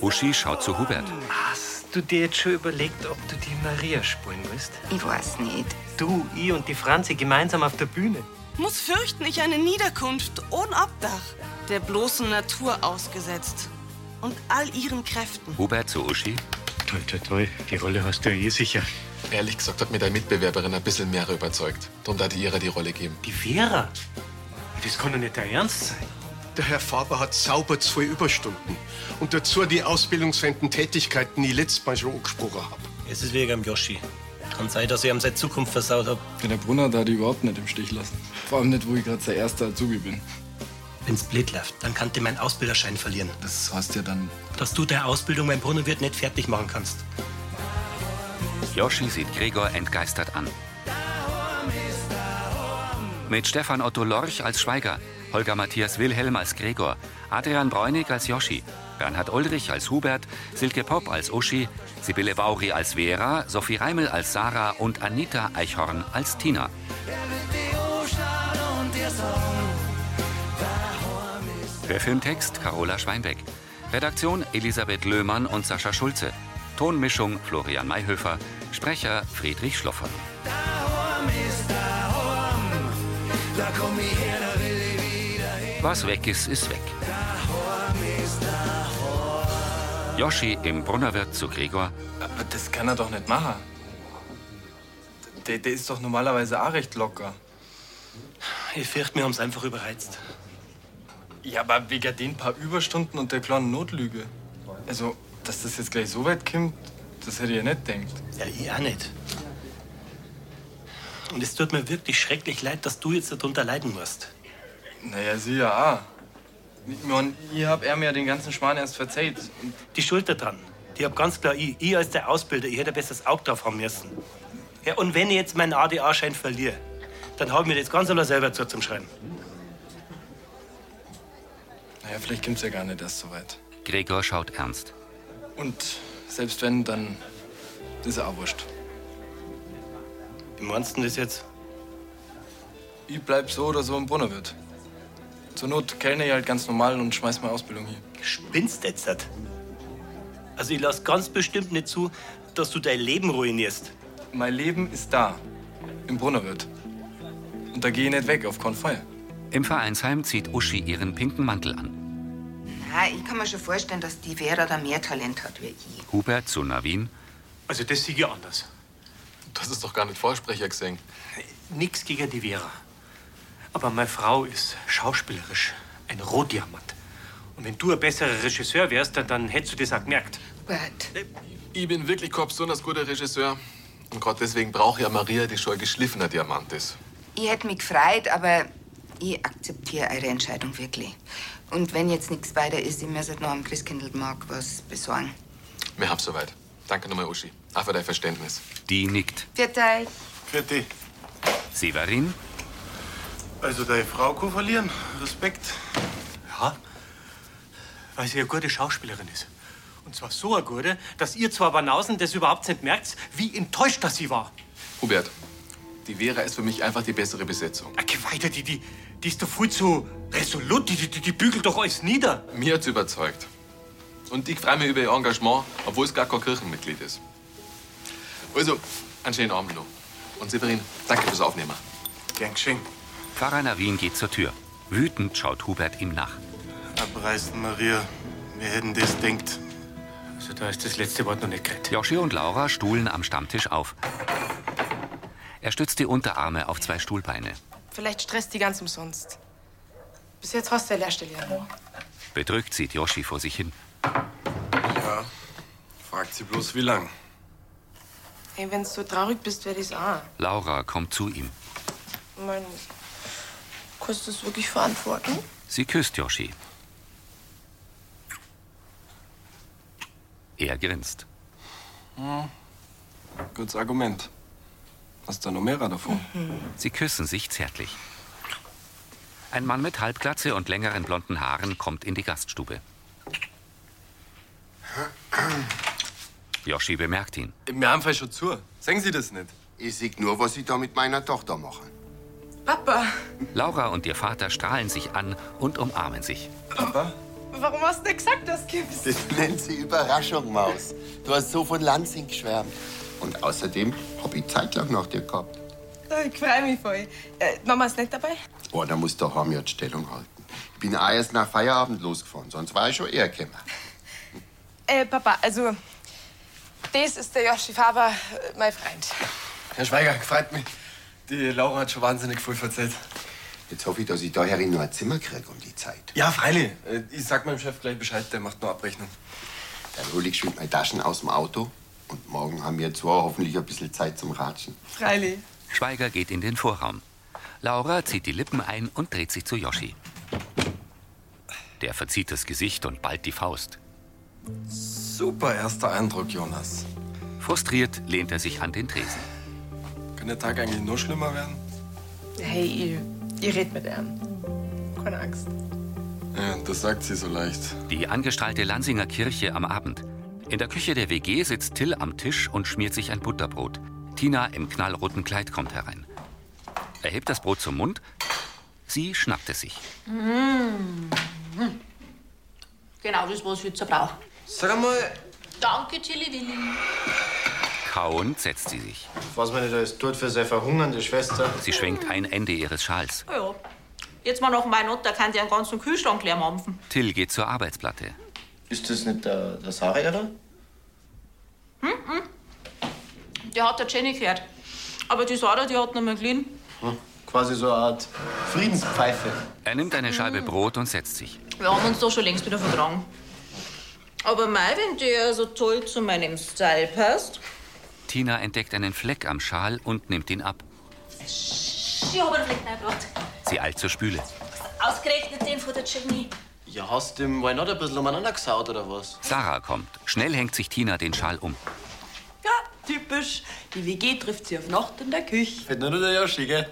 Uschi schaut zu Hubert. Hast du dir jetzt schon überlegt, ob du die Maria spielen willst? Ich weiß nicht. Du, ich und die Franzi gemeinsam auf der Bühne. Muss fürchten ich eine Niederkunft ohne Obdach, der bloßen Natur ausgesetzt und all ihren Kräften. Hubert zu Uschi. Toi, toi, toi. Die Rolle hast du eh sicher. Ehrlich gesagt hat mir deine Mitbewerberin ein bisschen mehr überzeugt. Darum darf ich ihrer die Rolle geben. Die Vera? Das kann doch nicht der Ernst sein. Der Herr Faber hat sauber zwei Überstunden. Und dazu die ausbildungsfremden Tätigkeiten, die ich letztes Mal schon angesprochen habe. Es ist wegen dem Yoshi. Kann sein, dass ich ihm seine Zukunft versaut habe. Ja, der Brunner darf die überhaupt nicht im Stich lassen. Vor allem nicht, wo ich gerade sein erster Azubi bin. Wenn's blöd läuft, dann kann ich meinen Ausbilderschein verlieren. Das heißt ja dann, Dass du deine Ausbildung beim Brunnenwirt nicht fertig machen kannst. Joschi sieht Gregor entgeistert an. Mit Stefan Otto Lorch als Schweiger, Holger Matthias Wilhelm als Gregor, Adrian Bräunig als Joschi, Bernhard Ulrich als Hubert, Silke Popp als Uschi, Sibylle Vauri als Vera, Sophie Reimel als Sarah und Anita Eichhorn als Tina. Der Filmtext Carola Schweinbeck. Redaktion Elisabeth Löhmann und Sascha Schulze. Tonmischung Florian Mayhöfer. Sprecher Friedrich Schloffer. Was weg ist, ist weg. Joschi im Brunnerwirt zu Gregor. Aber das kann er doch nicht machen. Der, der ist doch normalerweise auch recht locker. Ich fürchte, wir haben's einfach überreizt. Ja, aber wegen den paar Überstunden und der kleinen Notlüge. Also, dass das jetzt gleich so weit kommt, das hätte ich ja nicht gedacht. Ja, ich auch nicht. Und es tut mir wirklich schrecklich leid, dass du jetzt darunter leiden musst. Naja, sie ja Ah. auch. Ich mein, ich hab er mir den ganzen Schmarrn erst verzeiht. Und Die Schulter dran. Die hab ganz klar ich. Ich als der Ausbilder, ich hätte ein besseres Auge drauf haben müssen. Ja, und wenn ich jetzt meinen ADA-Schein verliere, dann hab ich mir das ganz allein selber zu zum Schreiben. naja, vielleicht kommt's ja gar nicht erst so weit. Gregor schaut ernst. Und selbst wenn, dann ist er auch wurscht. Wie meinst du denn das jetzt? Ich bleib so oder so im Brunnerwirt. Zur Not kellner ich halt ganz normal und schmeiß meine Ausbildung hier. Spinnst jetzt nicht? Also ich lass ganz bestimmt nicht zu, dass du dein Leben ruinierst. Mein Leben ist da, im Brunnerwirt. Und da geh ich nicht weg, auf keinen Fall. Im Vereinsheim zieht Uschi ihren pinken Mantel an. Nein, ich kann mir schon vorstellen, dass die Vera da mehr Talent hat wie ich. Hubert zu Navin. Also, das sehe ich anders. Du hast es doch gar nicht Vorsprecher gesehen. Nix gegen die Vera. Aber meine Frau ist schauspielerisch ein Rohdiamant. Und wenn du ein besserer Regisseur wärst, dann, dann hättest du das auch gemerkt. But Ich bin wirklich kein besonders guter Regisseur. Und gerade deswegen brauche ich eine Maria, die schon ein geschliffener Diamant ist. ich hätte mich gefreut, aber ich akzeptiere eure Entscheidung wirklich. Und wenn jetzt nichts weiter ist, ich muss halt noch am Christkindlmarkt was besorgen. Wir haben soweit. Danke nochmal, Uschi. Auch für dein Verständnis. Die nickt. Viert euch. Für dich. Severin. Also deine Frau kann verlieren. Respekt. Ja, weil sie eine gute Schauspielerin ist. Und zwar so eine gute, dass ihr zwar Banausen das überhaupt nicht merkt, wie enttäuscht das sie war. Hubert, die Vera ist für mich einfach die bessere Besetzung. Ah, geh Weiter, die, die, die ist doch viel zu resolut. Die, die, die, die bügelt doch alles nieder. Mir hat's überzeugt. Und ich freue mich über ihr Engagement, obwohl es gar kein Kirchenmitglied ist. Also, einen schönen Abend noch. Und Severin, danke fürs Aufnehmen. Gern geschenkt. Pfarrer Navin geht zur Tür. Wütend schaut Hubert ihm nach. Abreißen, Maria. Wir hätten das denkt. Also, da ist das letzte Wort noch nicht geredet. Joschi und Laura stuhlen am Stammtisch auf. Er stützt die Unterarme auf zwei Stuhlbeine. Vielleicht stresst die ganz umsonst. Bis jetzt hast du eine Lehrstelle ja noch. Bedrückt sieht Joschi vor sich hin. Ja, fragt sie bloß, wie lang. Ey, wenn du so traurig bist, wär das auch. Laura kommt zu ihm. Ich mein, kannst du es wirklich verantworten? Sie küsst Joschi. Er grinst. Gutes Argument. Hast da noch mehrere davon? Sie küssen sich zärtlich. Ein Mann mit Halbglatze und längeren blonden Haaren kommt in die Gaststube. Joschi bemerkt ihn. Wir haben vielleicht schon zu. Sehen Sie das nicht? Ich sehe nur, was ich da mit meiner Tochter mache. Papa, Laura und ihr Vater strahlen sich an und umarmen sich. Papa? Warum hast du denn gesagt, das gibt's? Das nennt sie Überraschung, Maus. Du hast so von Lansing geschwärmt. Und außerdem hab ich zeitlang nach dir gehabt. Ich freue mich voll. Äh, Mama ist nicht dabei? Oh, da muss der Homie jetzt Stellung halten. Ich bin auch erst nach Feierabend losgefahren, sonst war ich schon eher gekommen. Äh, Papa, also, das ist der Joschi Faber, äh, mein Freund. Herr Schweiger, freut mich. Die Laura hat schon wahnsinnig viel verzählt. Jetzt hoffe ich, dass ich da herin noch ein Zimmer krieg um die Zeit. Ja, freilich. Äh, Ich sag meinem Chef gleich Bescheid, der macht nur Abrechnung. Dann hole ich schon meine Taschen aus dem Auto. Und morgen haben wir zwar hoffentlich ein bisschen Zeit zum Ratschen. Freilich. Schweiger geht in den Vorraum. Laura zieht die Lippen ein und dreht sich zu Yoshi. Der verzieht das Gesicht und ballt die Faust. Super erster Eindruck, Jonas. Frustriert lehnt er sich an den Tresen. Kann der Tag eigentlich nur schlimmer werden? Hey, ich, ich red mit Ern. Keine Angst. Ja, das sagt sie so leicht. Die angestrahlte Lansinger Kirche am Abend. In der Küche der WG sitzt Till am Tisch und schmiert sich ein Butterbrot. Tina im knallroten Kleid kommt herein. Er hebt das Brot zum Mund. Sie schnappt es sich. Mhm. Genau das, was ich jetzt brauche. Sag mal. Danke, Tilly Willi. Kauend setzt sie sich. Was man nicht alles tut für seine verhungernde Schwester. Sie schwenkt ein Ende ihres Schals. Ah Ja. Jetzt mal noch mein Not, da kann sie einen ganzen Kühlschrank leer mampfen. Till geht zur Arbeitsplatte. Ist das nicht der, der Sarah, Hm, hm. Die hat der Jenny gehört. Aber die Sarah, die hat noch mal geliehen. hm? Quasi so eine Art Friedenspfeife. Er nimmt eine Scheibe Brot und setzt sich. Wir haben uns da schon längst wieder vertragen. Aber mei, wenn der so toll zu meinem Style passt. Tina entdeckt einen Fleck am Schal und nimmt ihn ab. Ich hab einen Fleck reingebracht. Sie eilt zur Spüle. Ausgerechnet den von der Jenny. Ja, hast du ihm mal noch ein bisschen umeinander gesaut, oder was? Sarah kommt. Schnell hängt sich Tina den Schal um. Ja, typisch. Die WG trifft sie auf Nacht in der Küche. Fällt nur noch der Yoshi, gell?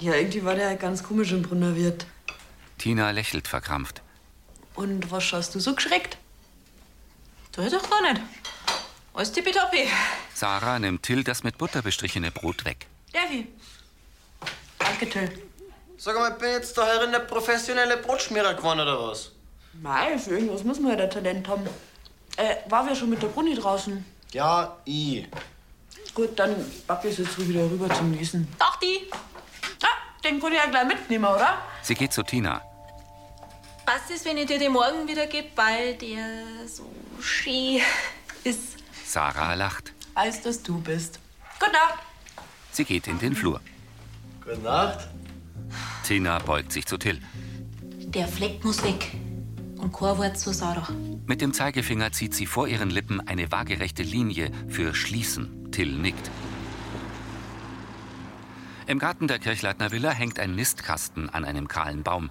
Ja, irgendwie war der ganz komisch im Brunner Wirt. Tina lächelt verkrampft. Und was schaust du so geschreckt? Tu ich doch gar nicht. Alles tippitoppi. Sarah nimmt Till das mit Butter bestrichene Brot weg. Devi. Danke, Till. Sag mal, bin jetzt da herin der professionelle Brotschmierer geworden, oder was? Mei, für irgendwas muss man ja da Talent haben. Äh, war wir schon mit der Bruni draußen? Ja, ich. Gut, dann wackel ich jetzt wieder rüber zum Niesen. Doch, die. Ah, den kann ich ja gleich mitnehmen, oder? Sie geht zu Tina. Passt es, wenn ich dir den morgen wieder gebe, weil der so schön ist. Sarah lacht. Als dass du bist. Gute Nacht. Sie geht in den Flur. Gute Nacht. Tina beugt sich zu Till. Der Fleck muss weg. Und kein Wort zu Sarah. Mit dem Zeigefinger zieht sie vor ihren Lippen eine waagerechte Linie für Schließen. Till nickt. Im Garten der Kirchleitner Villa hängt ein Nistkasten an einem kahlen Baum.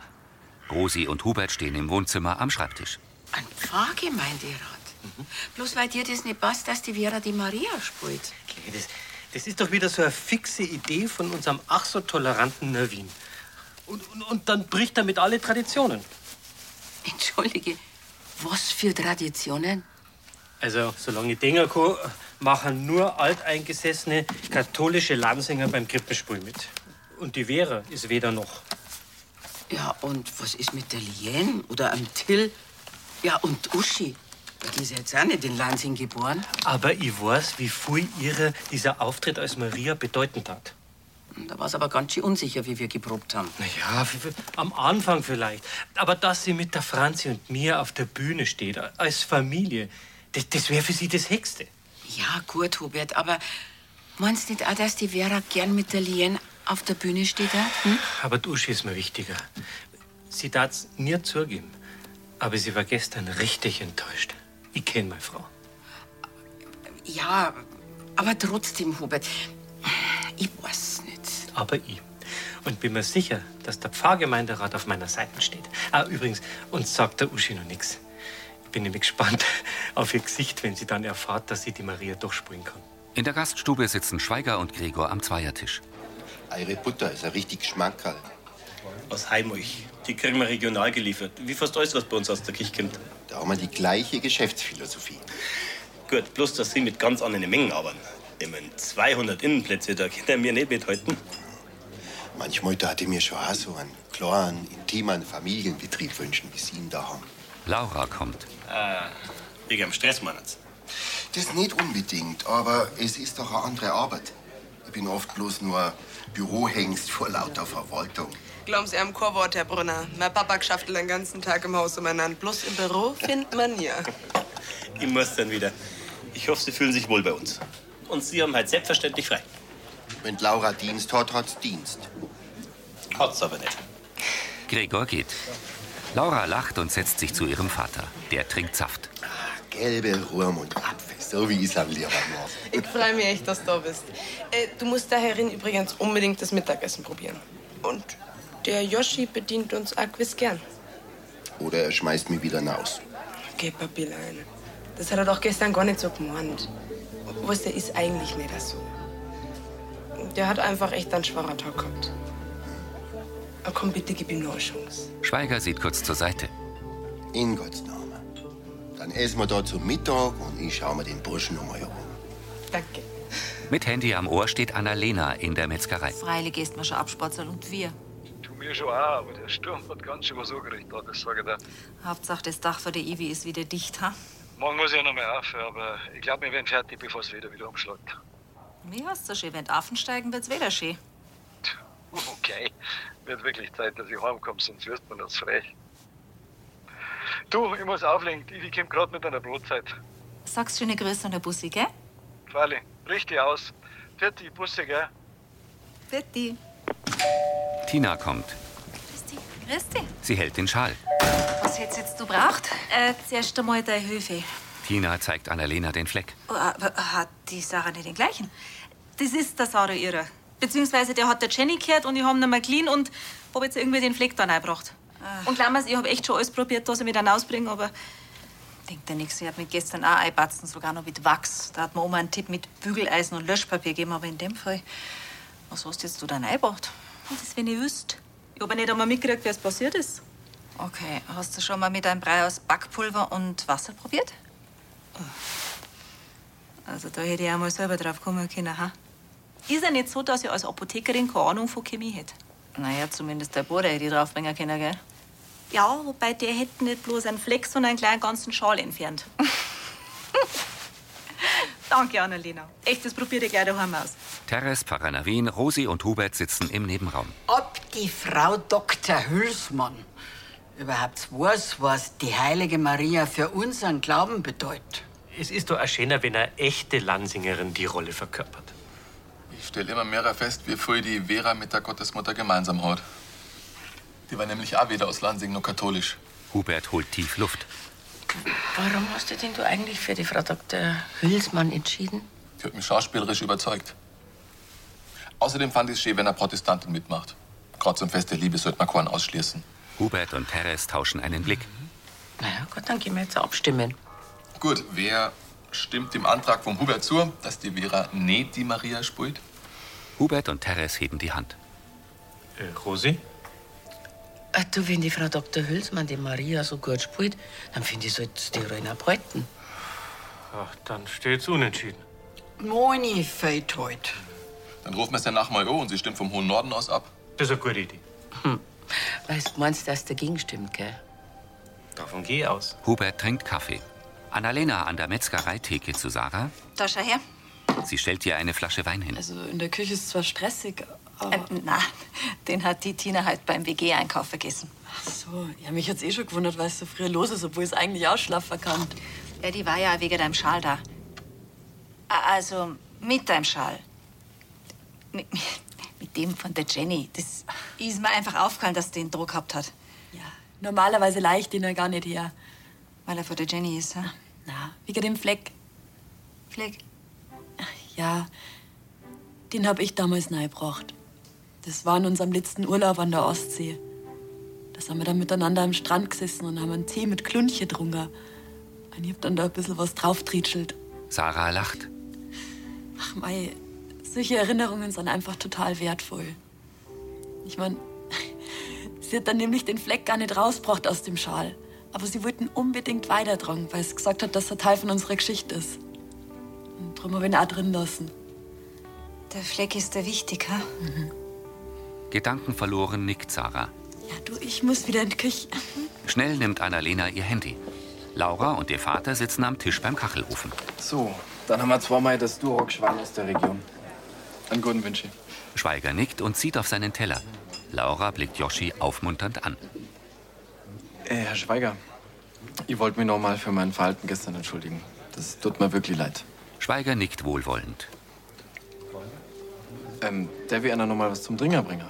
Rosi und Hubert stehen im Wohnzimmer am Schreibtisch. Frage, mein Derat. Bloß weil dir das nicht passt, dass die Vera die Maria spielt. Das, das ist doch wieder so eine fixe Idee von unserem ach so toleranten Nervin. Und, und, und dann bricht damit alle Traditionen. Entschuldige, was für Traditionen? Also, solange ich denken kann, machen nur alteingesessene katholische Lansinger beim Krippenspiel mit. Und die Vera ist weder noch. Ja, und was ist mit der Lien oder am Till? Ja, und Uschi. Die ist jetzt auch nicht in Lansing geboren. Aber ich weiß, wie viel ihre dieser Auftritt als Maria bedeutend hat. Da war es aber ganz schön unsicher, wie wir geprobt haben. Naja, am Anfang vielleicht. Aber dass sie mit der Franzi und mir auf der Bühne steht, als Familie, das, das wäre für sie das Hexte. Ja, gut, Hubert, aber meinst du nicht auch, dass die Vera gern mit der Lien auf der Bühne steht? auch? Hm? Aber die Uschi ist mir wichtiger. Sie tat's mir zugeben. Aber sie war gestern richtig enttäuscht. Ich kenne meine Frau. Ja, aber trotzdem, Hubert, ich weiß nicht. Aber ich. Und bin mir sicher, dass der Pfarrgemeinderat auf meiner Seite steht. Ah, übrigens, uns sagt der Uschi noch nichts. Ich bin nämlich gespannt auf ihr Gesicht, wenn sie dann erfahrt, dass sie die Maria durchspringen kann. In der Gaststube sitzen Schweiger und Gregor am Zweiertisch. Eure Butter ist ein richtig Schmankerl. Aus Heimeuch. Die kriegen wir regional geliefert. Wie fast alles, was bei uns aus der Kirche kommt. Da haben wir die gleiche Geschäftsphilosophie. Gut, bloß, dass sie mit ganz anderen Mengen arbeiten. Ich mein, 200 Innenplätze, da können wir nicht mithalten. Manchmal da hatte ich mir schon auch so einen klaren, intimen Familienbetrieb wünschen, wie Sie ihn da haben. Laura kommt. Äh, wegen dem Stress, meinet's. Das nicht unbedingt, aber es ist doch eine andere Arbeit. Ich bin oft bloß nur Bürohengst vor lauter Verwaltung. Glauben Sie am Chorwort, Herr Brunner. Mein Papa geschaffelt den ganzen Tag im Haus umeinander. Bloß im Büro findet man nie. Ich muss dann wieder. Ich hoffe, Sie fühlen sich wohl bei uns. Und Sie haben halt selbstverständlich frei. Wenn Laura Dienst hat, hat's Dienst. Hat's aber nicht. Gregor geht. Laura lacht und setzt sich zu ihrem Vater. Der trinkt Saft. Gelbe Wurm und Apfel, so wie ich es am lieber mache. Ich freue mich echt, dass du da bist. Äh, du musst der Herrin übrigens unbedingt das Mittagessen probieren. Und der Yoshi bedient uns auch gewiss gern. Oder er schmeißt mich wieder raus. Okay, Papi, ein. Das hat er doch gestern gar nicht so gemeint. Weißt du, ist eigentlich nicht so. Der hat einfach echt einen schwachen Tag gehabt. Aber komm, bitte gib ihm noch eine Chance. Schweiger sieht kurz zur Seite. In Gottes Namen. Dann essen wir da zum Mittag und ich schaue mir den Burschen um euch Danke. Mit Handy am Ohr steht Annalena in der Metzgerei. Freilich gehst mir schon abspatzern und wir. Tu mir schon auch, aber der Sturm hat ganz schön was angerichtet, das sage ich dir. Hauptsache das Dach von der Iwi ist wieder dicht, ha? Morgen muss ich ja noch mal auf, aber ich glaube, wir werden fertig, bevor es wieder wieder umschlägt. Wie hast du schön, wenn die Affen steigen, wird's wieder schön. Okay, wird wirklich Zeit, dass ich heimkomme, sonst wirst man das frech. Du, ich muss auflegen, die Ivi kommt gerade mit einer Brotzeit. Sagst schöne Grüße an der Bussi, gell? Freilich, richtig aus. Fertig, Busse, gell? Bitte. Tina kommt. Grüß dich. Sie hält den Schal. Was hättest jetzt du braucht? Äh, zuerst einmal deine Hilfe. Tina zeigt Annalena den Fleck. Oh, aber hat die Sarah nicht den gleichen? Das ist der Sarah ihrer. Beziehungsweise der hat der Jenny gehört und ich hab ihn mal clean und hab jetzt irgendwie den Fleck da reingebracht. Und Klammers, ich hab echt schon alles probiert, dass ich mich dann ausbringe, aber denkt der nichts. Ich hab mich gestern auch einbatzen, sogar noch mit Wachs. Da hat mir Oma einen Tipp mit Bügeleisen und Löschpapier gegeben, aber in dem Fall, was hast jetzt du da reingebracht? Das, wenn ich wüsste. Ich hab ja nicht einmal mitgekriegt, wie es passiert ist. Okay, hast du schon mal mit einem Brei aus Backpulver und Wasser probiert? Also da hätte ich auch mal selber drauf kommen können, ha? Ist ja nicht so, dass ich als Apothekerin keine Ahnung von Chemie hätte. Naja, zumindest der Bruder hätte ich draufbringen können, gell? Ja, wobei der hätte nicht bloß einen Fleck, sondern einen kleinen ganzen Schal entfernt. Danke, Annalena. Echt, das probiere ich gleich daheim aus. Teres, Paranavin, Rosi und Hubert sitzen im Nebenraum. Ob die Frau Dr. Hülsmann überhaupt weiß, was die heilige Maria für unseren Glauben bedeutet. Es ist doch auch schöner, wenn eine echte Lansingerin die Rolle verkörpert. Ich stelle immer mehr fest, wie viel die Vera mit der Gottesmutter gemeinsam hat. Die war nämlich auch weder aus Lansing noch katholisch. Hubert holt tief Luft. Warum hast du denn du eigentlich für die Frau Dr. Hülsmann entschieden? Die hat mich schauspielerisch überzeugt. Außerdem fand ich es schön, wenn eine Protestantin mitmacht. Gerade zum Fest der Liebe sollte man keinen ausschließen. Hubert und Teres tauschen einen Blick. Na ja, gut, dann gehen wir jetzt abstimmen. Gut, wer stimmt dem Antrag vom Hubert zu, dass die Vera nicht die Maria spielt? Hubert und Teres heben die Hand. Äh, Rosi? Ah, Du, wenn die Frau Dr. Hülsmann die Maria so gut spielt, dann finde ich, sollte sie die Rolle auch behalten. Ach, dann steht's unentschieden. Moni fällt heute. Dann rufen wir es danach mal an und sie stimmt vom hohen Norden aus ab. Das ist eine gute Idee. Weißt du, meinst, dass dagegen stimmt, gell? Davon geh ich aus. Hubert trinkt Kaffee. Annalena an der Metzgereitheke zu Sarah. Da schau her. Sie stellt ihr eine Flasche Wein hin. In der Küche ist zwar stressig, aber. Ähm, na, den hat die Tina halt beim WG-Einkauf vergessen. Ach so, ja, mich hat's eh schon gewundert, weil es so früh los ist, obwohl es eigentlich auch schlaffer kann. Ja, die war ja wegen deinem Schal da. A- Also, mit deinem Schal. Mit, mit dem von der Jenny. Das ist mir einfach aufgefallen, dass die den Druck gehabt hat. Normalerweise leicht ihn ja gar nicht her. Weil er von der Jenny ist, ha? Na, wegen dem Fleck. Fleck? Ja, den hab ich damals neigebracht. Das war in unserem letzten Urlaub an der Ostsee. Das haben wir dann miteinander am Strand gesessen und haben einen Tee mit Klunche getrunken. Und ich hab dann da ein bisschen was drauftritschelt. Sarah lacht. Ach mei, solche Erinnerungen sind einfach total wertvoll. Ich mein, sie hat dann nämlich den Fleck gar nicht rausgebracht aus dem Schal. Aber sie wollten unbedingt weitertragen, weil sie gesagt hat, dass er Teil von unserer Geschichte ist. Und drum hab ich ihn auch drin lassen. Der Fleck ist der wichtig, ha? Gedankenverloren nickt Sarah. Du, ich muss wieder in die Küche. Schnell nimmt Annalena ihr Handy. Laura und ihr Vater sitzen am Tisch beim Kachelofen. So, dann haben wir zweimal das Duroc-Schwein aus der Region. Einen guten Wünsche. Schweiger nickt und zieht auf seinen Teller. Laura blickt Joschi aufmunternd an. Äh, Herr Schweiger, ich wollte mich nochmal für mein Verhalten gestern entschuldigen. Das tut mir wirklich leid. Schweiger nickt wohlwollend. Ähm, der will einer nochmal was zum Dringer bringen.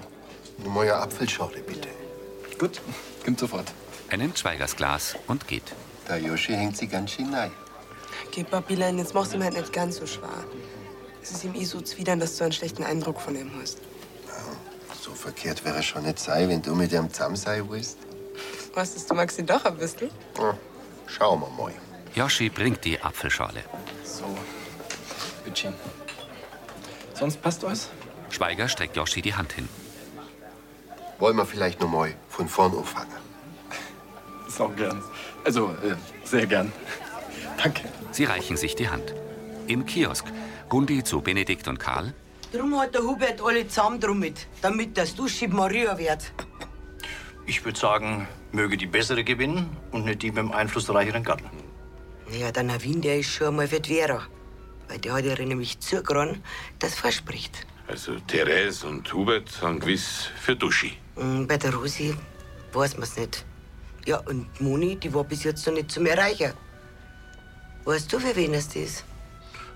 Nur ja Apfelschorle, bitte. Gut, kommt sofort. Er nimmt Schweigers Glas und geht. Der Joschi hängt sie ganz schön rein. Geh, Babilein, jetzt mach's ihm halt nicht ganz so schwer. Es ist ihm eh so zwidernd, dass du einen schlechten Eindruck von ihm hast. So verkehrt wäre er schon nicht sein, wenn du mit ihm zusammen sein willst. Weißt du, du magst ihn doch ein bisschen. Ja, schauen wir mal. Joschi bringt die Apfelschorle. So, Bütchen. Sonst passt alles? Schweiger streckt Joschi die Hand hin. Wollen wir vielleicht noch mal von vorn anfangen? Ist auch gern. Also, äh, sehr gern. Danke. Sie reichen sich die Hand. Im Kiosk. Gundi zu Benedikt und Karl. Drum hat der Hubert alle zusammen drum mit, damit das Duschi Maria wird. Ich würde sagen, möge die bessere gewinnen und nicht die mit dem einflussreicheren Garten. Naja, der Navin, der ist schon einmal für die Vera. Weil der hat ihr nämlich zugerannt, das verspricht. Also Therese und Hubert sind gewiss für Duschi. Mm, Bei der Rosi weiß man's nicht. Ja, und Moni, die war bis jetzt noch nicht zu mir reicher. Weißt du, für wen es die ist?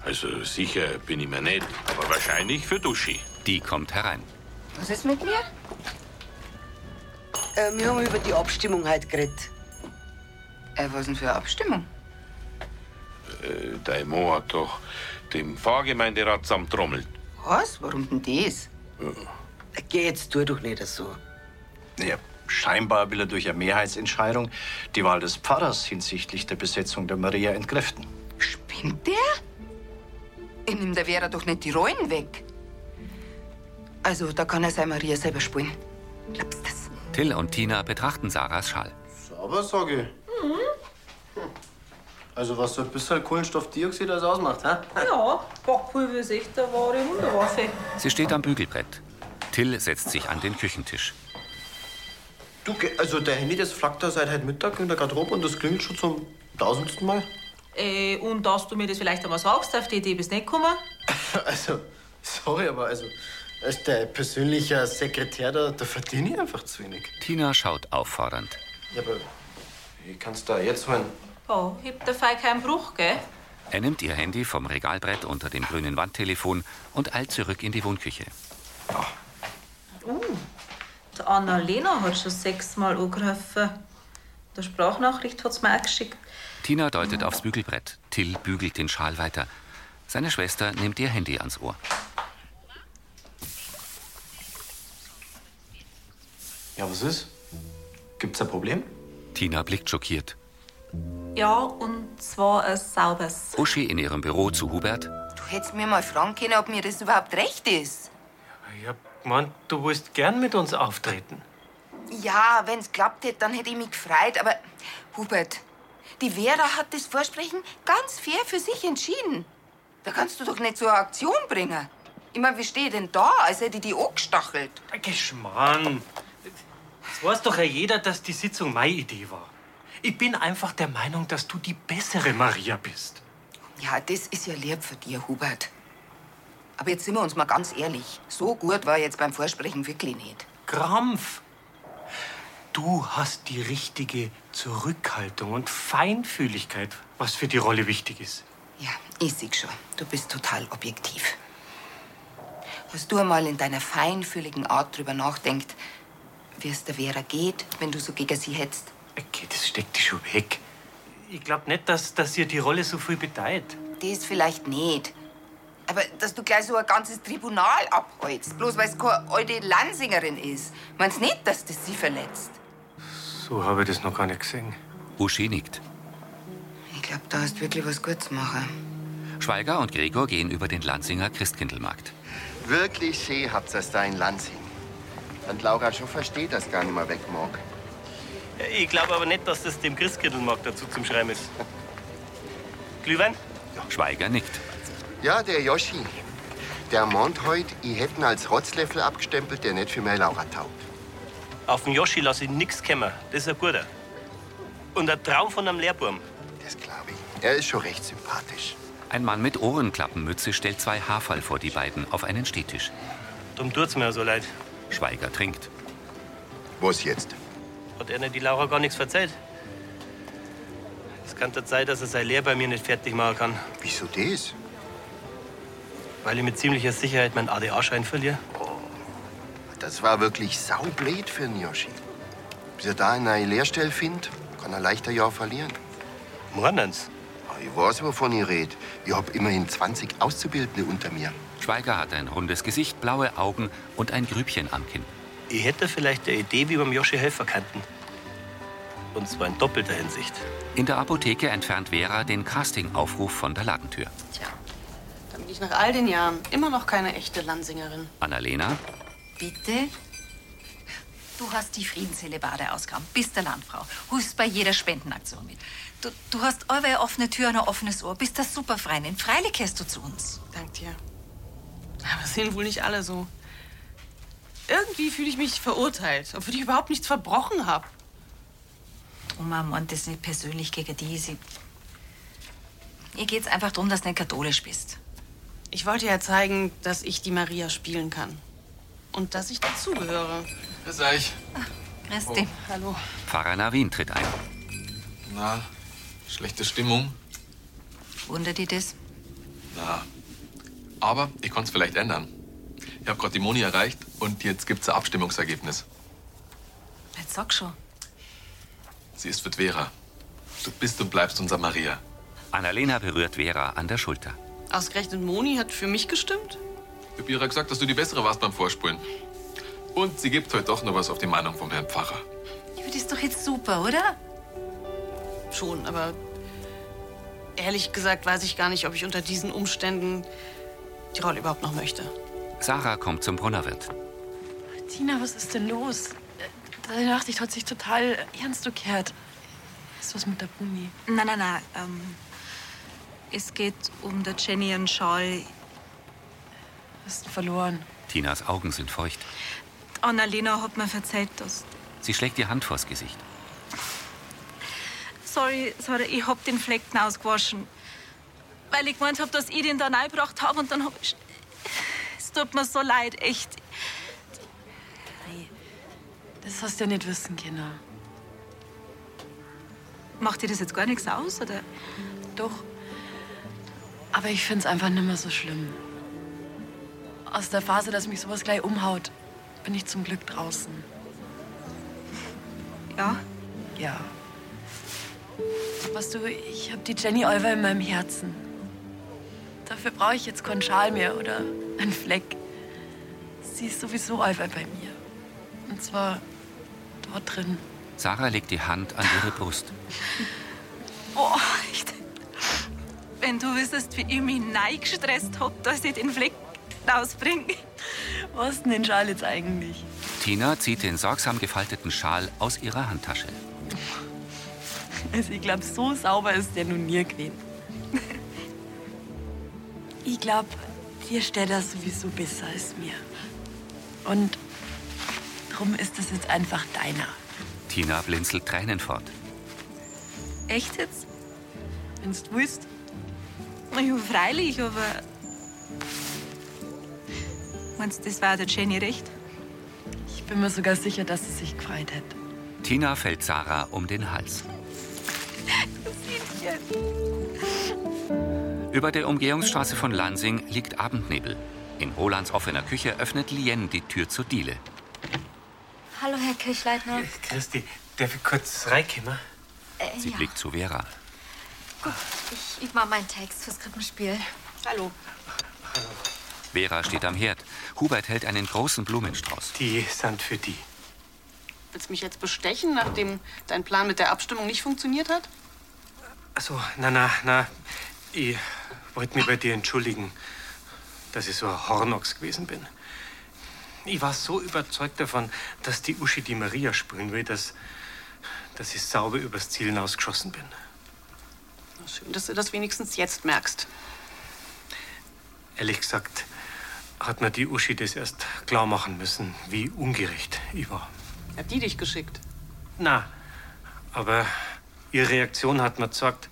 Also sicher bin ich mir nicht, aber wahrscheinlich für Duschi. Die kommt herein. Was ist mit mir? Äh, wir haben über die Abstimmung heute geredet. Äh, was denn für eine Abstimmung? Äh, dein Mo hat doch dem Pfarrgemeinderat zusammentrommelt. Was? Warum denn das? Hm. Äh, Geh jetzt, tu doch nicht so. Naja, scheinbar will er durch eine Mehrheitsentscheidung die Wahl des Pfarrers hinsichtlich der Besetzung der Maria entkräften. Bin der? Ich nimm der Vera doch nicht die Rollen weg. Also, da kann er sein Maria selber spielen. Till und Tina betrachten Sarahs Schal. Sauber, sag ich. Also, was so ein bisschen Kohlenstoffdioxid alles ausmacht, hä? Ja, Backpulver ist echt eine wahre Wunderwaffe. Sie steht am Bügelbrett. Till setzt sich an den Küchentisch. Du, geh- also der Handy, das flackt da seit heute Mittag in der Garderobe und das klingt schon zum tausendsten Mal. Äh, und dass du mir das vielleicht einmal sagst, auf die Idee bist nicht gekommen. Also, sorry, aber also, als der persönliche Sekretär, da, da verdiene ich einfach zu wenig. Tina schaut auffordernd. Ja, aber ich kann's da jetzt holen. Ja, hebt der Fei keinen Bruch, gell? Er nimmt ihr Handy vom Regalbrett unter dem grünen Wandtelefon und eilt zurück in die Wohnküche. Uh, die Annalena hat schon sechsmal angerufen. Der Sprachnachricht hat's mir auch geschickt. Tina deutet aufs Bügelbrett. Till bügelt den Schal weiter. Seine Schwester nimmt ihr Handy ans Ohr. Ja, was ist? Gibt's ein Problem? Tina blickt schockiert. Ja, und zwar ein sauberes. Uschi in ihrem Büro zu Hubert. Du hättest mir mal fragen können, ob mir das überhaupt recht ist. Ich hab gemeint, du willst gern mit uns auftreten. Ja, wenn's klappt hätte, dann hätte ich mich gefreut. Aber Hubert, die Vera hat das Vorsprechen ganz fair für sich entschieden. Da kannst du doch nicht so eine Aktion bringen. Ich mein, wie steht denn da, als hätte ich die angestachelt? Geschmarrn. Das weiß doch ja jeder, dass die Sitzung meine Idee war. Ich bin einfach der Meinung, dass du die bessere Maria bist. Ja, das ist ja lieb für dir, Hubert. Aber jetzt sind wir uns mal ganz ehrlich. So gut war jetzt beim Vorsprechen wirklich nicht. Krampf. Du hast die richtige Zurückhaltung und Feinfühligkeit, was für die Rolle wichtig ist. Ja, ich sehe schon. Du bist total objektiv. Hast du einmal in deiner feinfühligen Art drüber nachdenkt, wie es der Vera geht, wenn du so gegen sie hetzt? Okay, das steckt dich schon weg. Ich glaube nicht, dass, dass ihr die Rolle so viel bedeiht. Das vielleicht nicht. Aber dass du gleich so ein ganzes Tribunal abholst, bloß weil es keine alte Lansingerin ist. Meinst nicht, dass das sie verletzt? So habe ich das noch gar nicht gesehen. Uschi nickt. Ich glaube, da ist wirklich was Gutes machen. Schweiger und Gregor gehen über den Lansinger Christkindlmarkt. Wirklich schön habt ihr da in Lansing. Und Laura schon versteht, dass gar nicht mehr weg mag. Ich glaube aber nicht, dass das dem Christkindlmarkt dazu zum Schreiben ist. Glühwein? Schweiger nickt. Ja, der Joschi. Der meint heute, ich hätte ihn als Rotzlöffel abgestempelt, der nicht für meine Laura taugt. Auf den Joschi lasse ich nichts kommen. Das ist ein guter. Und ein Traum von einem Lehrbuben. Das glaube ich. Er ist schon recht sympathisch. Ein Mann mit Ohrenklappenmütze stellt zwei Haferl vor die beiden auf einen Stehtisch. Darum tut's mir ja so leid. Schweiger trinkt. Was jetzt? Hat er nicht die Laura gar nichts verzeiht? Es kann doch sein, dass er seine Lehre bei mir nicht fertig machen kann. Wieso das? Weil ich mit ziemlicher Sicherheit meinen ADA-Schein verliere. Oh, Das war wirklich saublöd für den Yoshi. Bis er da eine neue Lehrstelle findet, kann er leichter ja verlieren. Morgens? Ich weiß, wovon ich rede. Ich hab immerhin 20 Auszubildende unter mir. Schweiger hat ein rundes Gesicht, blaue Augen und ein Grübchen am Kinn. Ich hätte vielleicht eine Idee, wie wir dem Joschi helfen könnten. Und zwar in doppelter Hinsicht. In der Apotheke entfernt Vera den Castingaufruf von der Ladentür. Dann bin ich nach all den Jahren immer noch keine echte Lansingerin. Annalena, Bitte? Du hast die Friedenshellebade ausgraben, bist der Landfrau, hust bei jeder Spendenaktion mit. Du, du hast allweil eine offene Tür und ein offenes Ohr, bist der Superfreundin. Freilich gehst du zu uns. Dank dir. Aber das sehen wohl nicht alle so. Irgendwie fühle ich mich verurteilt, obwohl ich überhaupt nichts verbrochen habe. Oma meint Oh das nicht persönlich gegen die. Sie... Ihr geht's einfach darum, dass du nicht katholisch bist. Ich wollte ja zeigen, dass ich die Maria spielen kann. Und dass ich dazugehöre. Grüß euch. Oh. Grüß dich. Hallo. Pfarrer Navin tritt ein. Na, schlechte Stimmung? Wundert dich das? Na. Aber ich konnte es vielleicht ändern. Ich habe gerade die Moni erreicht und jetzt gibt's ein Abstimmungsergebnis. Jetzt sag schon. Sie ist für Vera. Du bist und bleibst unser Maria. Annalena berührt Vera an der Schulter. Ausgerechnet Moni hat für mich gestimmt? Ich habe ihrer gesagt, dass du die Bessere warst beim Vorspulen. Und sie gibt heute doch noch was auf die Meinung vom Herrn Pfarrer. Ja, Das ist doch jetzt super, oder? Schon, aber ehrlich gesagt weiß ich gar nicht, ob ich unter diesen Umständen die Rolle überhaupt noch möchte. Sarah kommt zum Brunnerwirt. Tina, was ist denn los? Deine Nachricht hat sich total ernst gekehrt. Ist was mit der Bruni? Nein, nein, nein. Ähm, es geht um der Jenny und Schall. Hast du verloren? Tinas Augen sind feucht. Annalena hat mir verzeiht, dass. Sie schlägt die Hand vors Gesicht. Sorry, sorry, ich hab den Flecken ausgewaschen. Weil ich gemeint hab, dass ich den da reingebracht hab und dann hab ich. Es tut mir so leid, echt. Das hast du ja nicht wissen können. Macht dir das jetzt gar nichts aus, oder? Doch. Aber ich find's einfach nicht mehr so schlimm. Aus der Phase, dass mich sowas gleich umhaut, bin ich zum Glück draußen. Ja? Ja. Weißt du, ich hab die Jenny Olver in meinem Herzen. Dafür brauche ich jetzt keinen Schal mehr oder einen Fleck. Sie ist sowieso Olver bei mir. Und zwar dort drin. Sarah legt die Hand an ihre Brust. Oh, echt. Wenn du wüsstest, wie ich mich neigestresst hab, dass ich den Fleck rausbringe. Was denn den Schal jetzt eigentlich? Tina zieht den sorgsam gefalteten Schal aus ihrer Handtasche. Also ich glaube, so sauber ist der nun nie gewesen. Ich glaube, dir steht das sowieso besser als mir. Und drum ist es jetzt einfach deiner. Tina blinzelt Tränen fort. Echt jetzt? Wenn's du willst. Ja, freilich, aber. Meinst du, das war der Jenny recht? Ich bin mir sogar sicher, dass sie sich gefreut hat. Tina fällt Sarah um den Hals. Über der Umgehungsstraße von Lansing liegt Abendnebel. In Rolands offener Küche öffnet Lien die Tür zur Diele. Hallo, Herr Kirchleitner. Christi, darf ich kurz reinkommen? Äh, Sie ja. blickt zu Vera. Gut, ich übe mal meinen Text fürs Krippenspiel. Hallo. Vera steht am Herd. Hubert hält einen großen Blumenstrauß. Die sind für die. Willst du mich jetzt bestechen, nachdem dein Plan mit der Abstimmung nicht funktioniert hat? Also, na, na, na. Ich wollte mich bei dir entschuldigen, dass ich so ein Hornochs gewesen bin. Ich war so überzeugt davon, dass die Uschi die Maria spielen will, dass, dass ich sauber übers Ziel hinausgeschossen bin. Na, Schön, dass du das wenigstens jetzt merkst. Ehrlich gesagt, hat mir die Uschi das erst klar machen müssen, wie ungerecht ich war. Hat die dich geschickt? Na, aber ihre Reaktion hat mir gezeigt,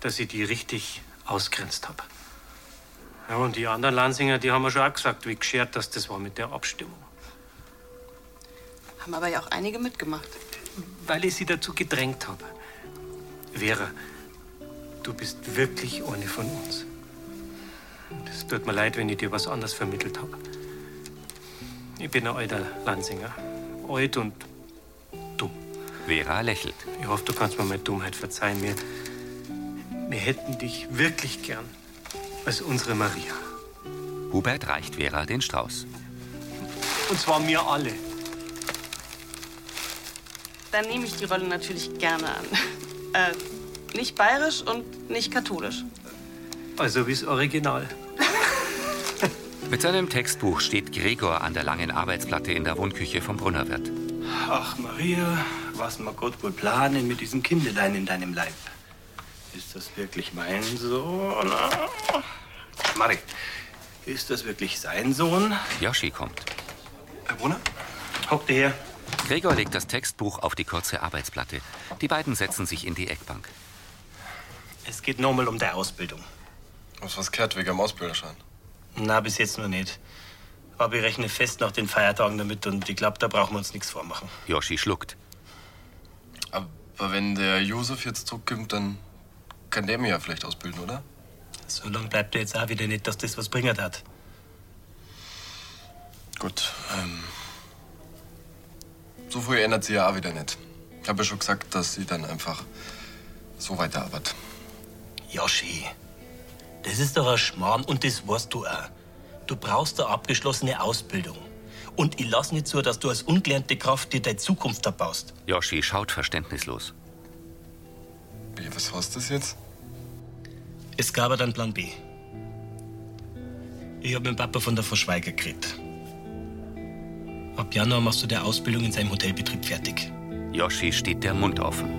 dass ich die richtig ausgrenzt habe. Ja, und die anderen Lansinger, die haben mir schon auch gesagt, wie geschert das das war mit der Abstimmung. Haben aber ja auch einige mitgemacht. Weil ich sie dazu gedrängt habe. Vera, du bist wirklich eine von uns. Es tut mir leid, wenn ich dir was anderes vermittelt habe. Ich bin ein alter Lansinger. Alt und Vera lächelt. Ich hoffe, du kannst mir meine Dummheit verzeihen. Wir, wir hätten dich wirklich gern als unsere Maria. Hubert reicht Vera den Strauß. Und zwar mir alle. Dann nehme ich die Rolle natürlich gerne an. Äh, nicht bayerisch und nicht katholisch. Also wie's Original. Mit seinem Textbuch steht Gregor an der langen Arbeitsplatte in der Wohnküche vom Brunnerwirt. Ach Maria, was mag Gott wohl planen mit diesem Kindelein in deinem Leib? Ist das wirklich mein Sohn? Mari, ist das wirklich sein Sohn? Yoshi kommt. Herr Brunner? Hock dir her. Gregor legt das Textbuch auf die kurze Arbeitsplatte. Die beiden setzen sich in die Eckbank. Es geht nur mal um deine Ausbildung. Hast was gehört wegen dem Ausbilderschein? Na, bis jetzt noch nicht. Aber ich rechne fest nach den Feiertagen damit und ich glaube, da brauchen wir uns nichts vormachen. Yoshi schluckt. Aber wenn der Josef jetzt zurückkommt, dann kann der mir ja vielleicht ausbilden, oder? So lange bleibt er jetzt auch wieder nicht, dass das was bringert hat. Gut. Ähm, so früh ändert sie ja auch wieder nicht. Ich habe ja schon gesagt, dass sie dann einfach so weiterarbeitet. Yoshi, das ist doch ein Schmarrn und das weißt du auch. Du brauchst eine abgeschlossene Ausbildung. Und ich lass nicht zu, dass du als ungelernte Kraft dir deine Zukunft erbaust. Yoshi schaut verständnislos. Wie, was heißt das jetzt? Es gab dann Plan B. Ich hab mit dem Papa von der Frau Schweiger geredet. Ab Januar machst du deine Ausbildung in seinem Hotelbetrieb fertig. Yoshi steht der Mund offen.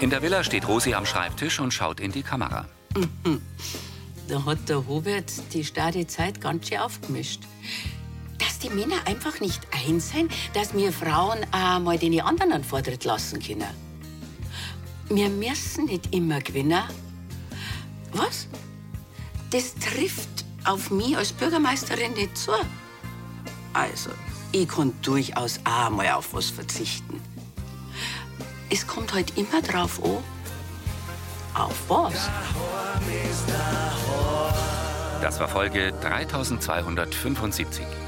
In der Villa steht Rosi am Schreibtisch und schaut in die Kamera. Da hat der Hubert die starre Zeit ganz schön aufgemischt. Dass die Männer einfach nicht eins sind, dass wir Frauen auch mal den anderen einen Vortritt lassen können. Wir müssen nicht immer gewinnen. Was? Das trifft auf mich als Bürgermeisterin nicht zu. Also, ich kann durchaus auch mal auf was verzichten. Es kommt halt immer drauf an, auf was. Das war Folge 3275.